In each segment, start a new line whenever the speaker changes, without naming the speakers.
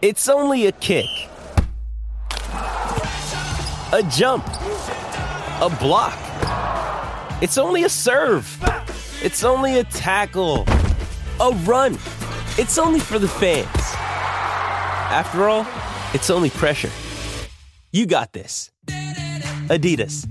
It's only a kick, a jump, a block. It's only a serve. It's only a tackle, a run. It's only for the fans. After all, it's only pressure. You got this. Adidas.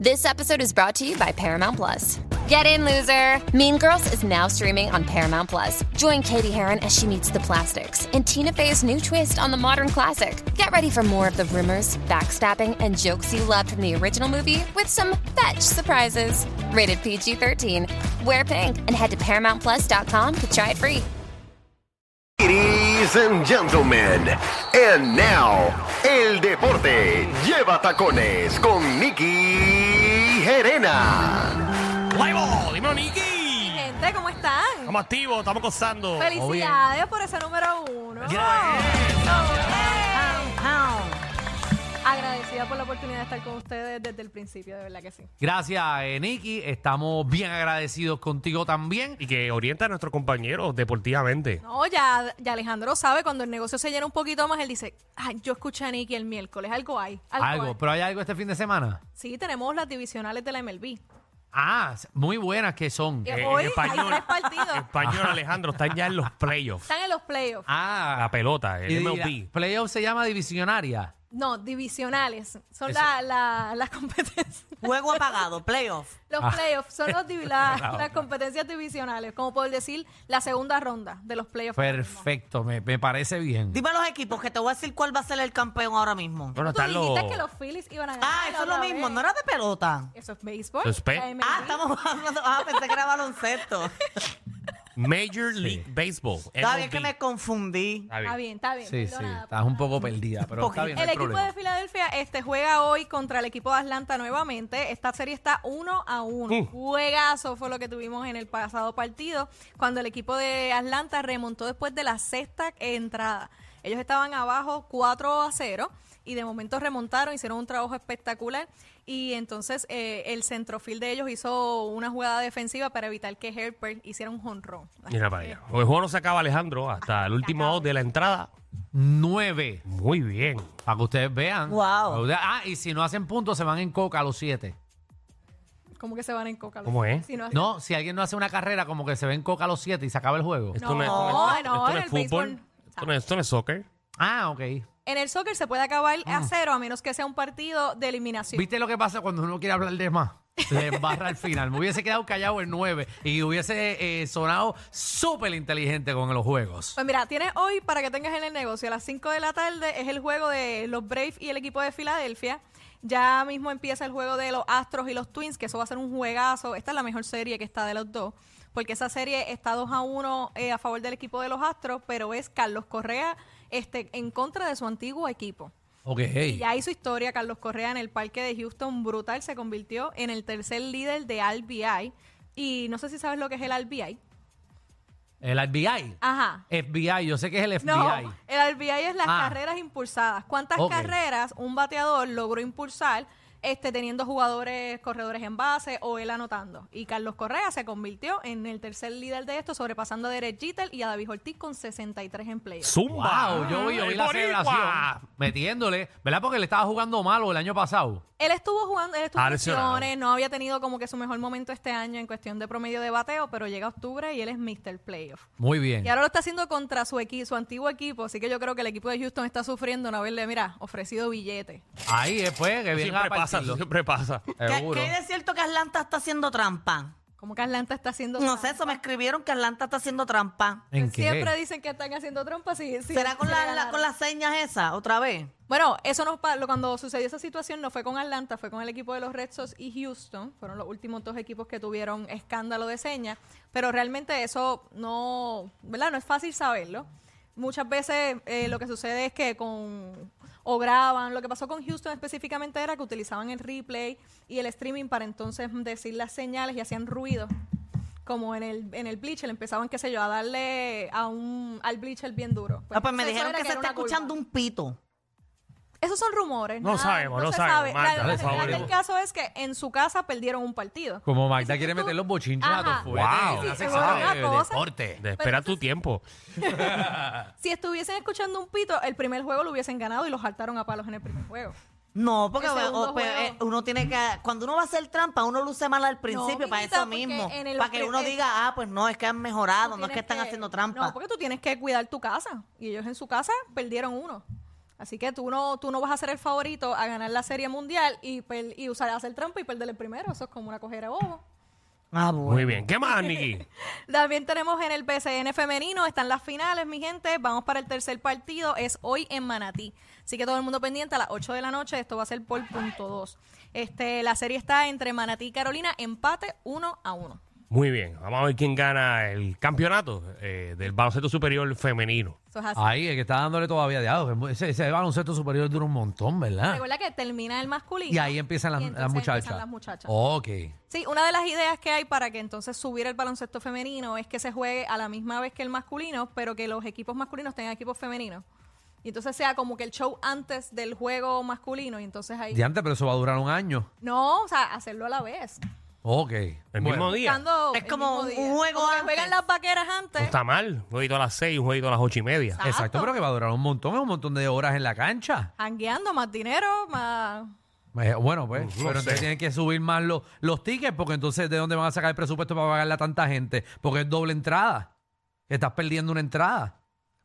This episode is brought to you by Paramount Plus. Get in, loser! Mean Girls is now streaming on Paramount Plus. Join Katie Heron as she meets the plastics and Tina Fey's new twist on the modern classic. Get ready for more of the rumors, backstabbing, and jokes you loved from the original movie with some fetch surprises. Rated PG 13. Wear pink and head to ParamountPlus.com to try it free.
Ladies and gentlemen, and now, el deporte lleva tacones con Nicky Gerena.
¡Live! ¡Dímelo, Nicky!
Gente, ¿cómo están?
Estamos activos, estamos gozando.
Felicidades por ese número uno.
Yeah.
Eso, hey. Agradecida por la oportunidad de estar con ustedes desde el principio, de verdad que sí.
Gracias, eh, Nicky. Estamos bien agradecidos contigo también.
Y que orienta a nuestros compañeros deportivamente.
No, ya, ya Alejandro sabe, cuando el negocio se llena un poquito más, él dice, Ay, yo escuché a Nicky el miércoles, algo hay. Algo.
Algo,
hay".
pero hay algo este fin de semana.
Sí, tenemos las divisionales de la MLB.
Ah, muy buenas que son.
Y
Eh,
Eh, en
hoy
español.
hay tres partidos.
Español, Alejandro, están ya en los playoffs.
Están en los playoffs.
Ah,
La pelota, el MLB.
Playoff se llama divisionaria.
No, divisionales. Son
Eso.
la- la- las competencias.
Juego apagado, playoff.
Los
Ah.
playoffs son los divi- la- las competencias divisionales, como por decir la segunda ronda de los playoffs.
Perfecto, me, me parece bien.
Dime los equipos que te voy a decir cuál va a ser el campeón ahora mismo.
Bueno,
Tú
están los.
dijiste que los Phillies iban a ganar.
Ah, eso es lo
Ah, otra
mismo,
vez.
no era de pelota.
Eso es béisbol.
Eso es pe-
la MLB.
Ah, estamos hablando. Ah, pensé que era baloncesto.
Major League Baseball.
Está bien
MLB.
que me confundí.
Está bien.
Está bien, está bien.
Sí, sí,
perdona,
estás un poco perdida, pero está
Poquito.
bien. no
El
hay
equipo
problema.
de Filadelfia este, juega hoy contra el equipo de Atlanta nuevamente. Esta serie está uno a uno.
Mm.
Juegazo fue lo que tuvimos en el pasado partido, cuando el equipo de Atlanta remontó después de la sexta entrada. Ellos estaban abajo 4 a 0 y de momento remontaron, hicieron un trabajo espectacular. Y entonces eh, el centrofil de ellos hizo una jugada defensiva para evitar que Herbert hiciera un jonrón.
Mira para allá. Hoy el juego no se acaba, Alejandro, hasta el último out de la entrada.
Nueve.
Muy bien.
Para que ustedes vean.
Wow.
Para que ustedes- Ah, y si no hacen puntos, se van en coca a los siete.
¿Cómo que se van en coca? los-
¿Cómo es?
si no-
No, si alguien no hace una carrera, como que se ven coca a los siete y se acaba el juego.
Esto no, es-
No,
esto
no,
no
en
es
el
fútbol.
béisbol.
Esto no, es- esto no es soccer.
Ah, ok.
En el soccer se puede acabar a cero a menos que sea un partido de eliminación.
¿Viste lo que pasa cuando uno quiere hablar de más? Le embarra al final. Me hubiese quedado callado el 9 y hubiese eh, sonado súper inteligente con los juegos.
Pues mira, tienes hoy para que tengas en el negocio. A las 5 de la tarde es el juego de los Braves y el equipo de Filadelfia. Ya mismo empieza el juego de los Astros y los Twins, que eso va a ser un juegazo. Esta es la mejor serie que está de los dos, porque esa serie está 2 a 1 eh, a favor del equipo de los Astros, pero es Carlos Correa este, en contra de su antiguo equipo.
Ok.
Y ya hizo historia Carlos Correa en el parque de Houston, brutal, se convirtió en el tercer líder de RBI. Y no sé si sabes lo que es el RBI.
El RBI.
Ajá.
FBI, yo sé que es el FBI.
Ah. No, el RBI es las
Ah.
carreras impulsadas. ¿Cuántas
Ok.
carreras un bateador logró impulsar este, teniendo jugadores, corredores en base o él anotando? Y Carlos Correa se convirtió en el tercer líder de esto, sobrepasando a Derek Jeter y a David Ortiz con 63 en playoffs.
Zumba.
Wow, yo vi, yo vi
El
la
boricua.
celebración metiéndole, ¿verdad? Porque le estaba jugando malo el año pasado.
Él estuvo jugando, él estuvo
Ah,
en
lesionado.
lesiones, no había tenido como que su mejor momento este año en cuestión de promedio de bateo, pero llega octubre y él es Mr. Playoff.
Muy bien.
Y ahora lo está haciendo contra su equipo, su antiguo equipo, así que yo creo que el equipo de Houston está sufriendo no haberle, mira, ofrecido billete.
Ahí después que
Eso
venga
Siempre
a
pasa,
partirlo.
eso siempre pasa.
¿Qué,
Seguro.
qué hay de cierto que Atlanta está haciendo trampa?
Como que Atlanta está haciendo
No sé,
trampa.
eso me escribieron que Atlanta está haciendo trampa.
¿En qué?
Siempre dicen que están haciendo trampa, sí, sí,
¿Será con,
sí,
la-
le
la-
ganaron.
con las señas esas otra vez?
Bueno, eso nos pa- lo- cuando sucedió esa situación no fue con Atlanta, fue con el equipo de los Red Sox y Houston, fueron los últimos dos equipos que tuvieron escándalo de señas, pero realmente eso no, ¿verdad? No es fácil saberlo. Muchas veces eh, lo que sucede es que con o graban, lo que pasó con Houston específicamente era que utilizaban el replay y el streaming para entonces decir las señales y hacían ruido como en el en el bleacher empezaban qué sé yo a darle a un al bleacher bien duro.
Ah, pues me
entonces eso
dijeron
era
que se
era
está
una curva.
escuchando un pito.
Esos son rumores.
No
nada,
sabemos, no
se
sabemos,
sabe. La-
Marta,
la
por
realidad
favor.
del caso es que en su casa perdieron un partido.
Como Magda quiere
tú-
meter los bochinchos a
Ajá.
tu fuerte.
Wow.
Una
Sí,
sección
es una
de,
cosa.
deporte.
De- espera
entonces-
tu tiempo.
Si estuviesen escuchando un pito, el primer juego lo hubiesen ganado y lo saltaron a palos en el primer juego.
No, porque
El
ve-
segundo
o- pues,
juego.
eh, uno tiene que. Cuando uno va a hacer trampa, uno luce mal al principio para
mijita,
eso
porque
mismo.
en el-
Para que uno
eh,
diga, ah, pues no, es que han
Tú
mejorado, no es que
tienes
están haciendo
No,
trampa.
porque tú tienes que cuidar tu casa. Y ellos en su casa perdieron uno. Así que tú no, tú no vas a ser el favorito a ganar la Serie Mundial y, per- y usar, hacer trampa y perder el primero. Eso es como una cojera de bobo.
Ah, bueno.
Muy bien. ¿Qué más, Nicky?
También tenemos en el PCN femenino, están las finales, mi gente. Vamos para el tercer partido, es hoy en Manatí. Así que todo el mundo pendiente a las 8 de la noche, esto va a ser por punto 2. Este, la serie está entre Manatí y Carolina, empate 1 a 1.
Muy bien. Vamos a ver quién gana el campeonato eh, del baloncesto superior femenino.
Eso es así.
Ahí, el que está dándole todavía de algo. Ese, ese baloncesto superior dura un montón, ¿verdad?
Recuerda que termina el masculino.
Y ahí empiezan las,
y
las
entonces
muchachas. Oh.
empiezan las muchachas.
Ok.
Sí, una de las ideas que hay para que entonces subir el baloncesto femenino es que se juegue a la misma vez que el masculino, pero que los equipos masculinos tengan equipos femeninos. Y entonces sea como que el show antes del juego masculino. Y entonces ahí.
Diante, pero eso va a durar un año.
No, o sea, hacerlo a la vez.
Ok.
El
Bueno,
mismo día.
Buscando
Es
el
como
mismo
un-
día.
un juego
Como que
antes.
juegan las vaqueras
No
antes.
está mal. Un jueguito a las seis, un jueguito a las ocho y media.
Exacto, pero que va a durar un montón, es un montón de horas en la cancha.
Hangueando más dinero, más.
Eh, Bueno, pues,
no
pero entonces
sé.
tienen que subir más los, los tickets, porque entonces, ¿de dónde van a sacar el presupuesto para pagarle a tanta gente? Porque es doble entrada. Estás perdiendo una entrada.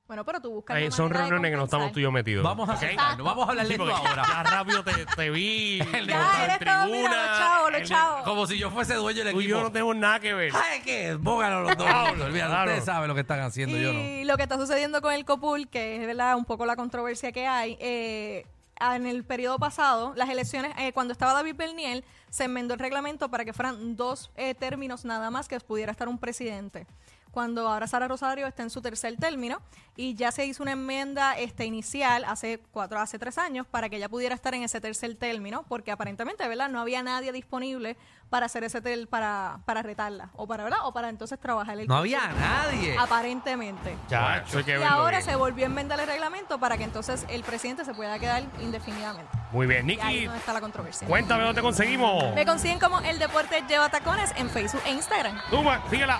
Bueno, pero tú buscas. la
Eh, son
manera de
reuniones que no estamos
compensar.
tú y yo metidos.
Vamos a
¿ok?
sentarnos, vamos a hablar de
Sí,
esto
porque
ahora.
Ya rápido te, te vi. el
Ya,
en
eres todo, mira, los chavos, los
el-
chavos.
Como si yo fuese dueño del
Tú y yo no
equipo.
tenemos nada que ver.
¿Sabes qué? Pónganlo los dos.
Claro,
Olvídate,
claro.
Ustedes saben lo que están haciendo, yo no.
Y lo que está sucediendo con el Copul, que es verdad un poco la controversia que hay, eh, en el periodo pasado, las elecciones, eh, cuando estaba David Bernier, se enmendó el reglamento para que fueran dos eh, términos nada más que pudiera estar un presidente. Cuando ahora Sara Rosario está en su tercer término y ya se hizo una enmienda este, inicial hace cuatro, hace tres años para que ella pudiera estar en ese tercer término, porque aparentemente, ¿verdad? No había nadie disponible para hacer ese tel- para, para retarla o para, ¿verdad? O para entonces trabajar el
No había nadie.
aparentemente.
Ya, eso hay que
Y
verlo
ahora
bien.
se volvió a enmendar el reglamento para que entonces el presidente se pueda quedar indefinidamente.
Muy bien,
Y ahí es
Nicky.
donde está la controversia.
Cuéntame dónde conseguimos.
Me consiguen como El Deporte Lleva Tacones en Facebook e Instagram.
Tuma, síguela.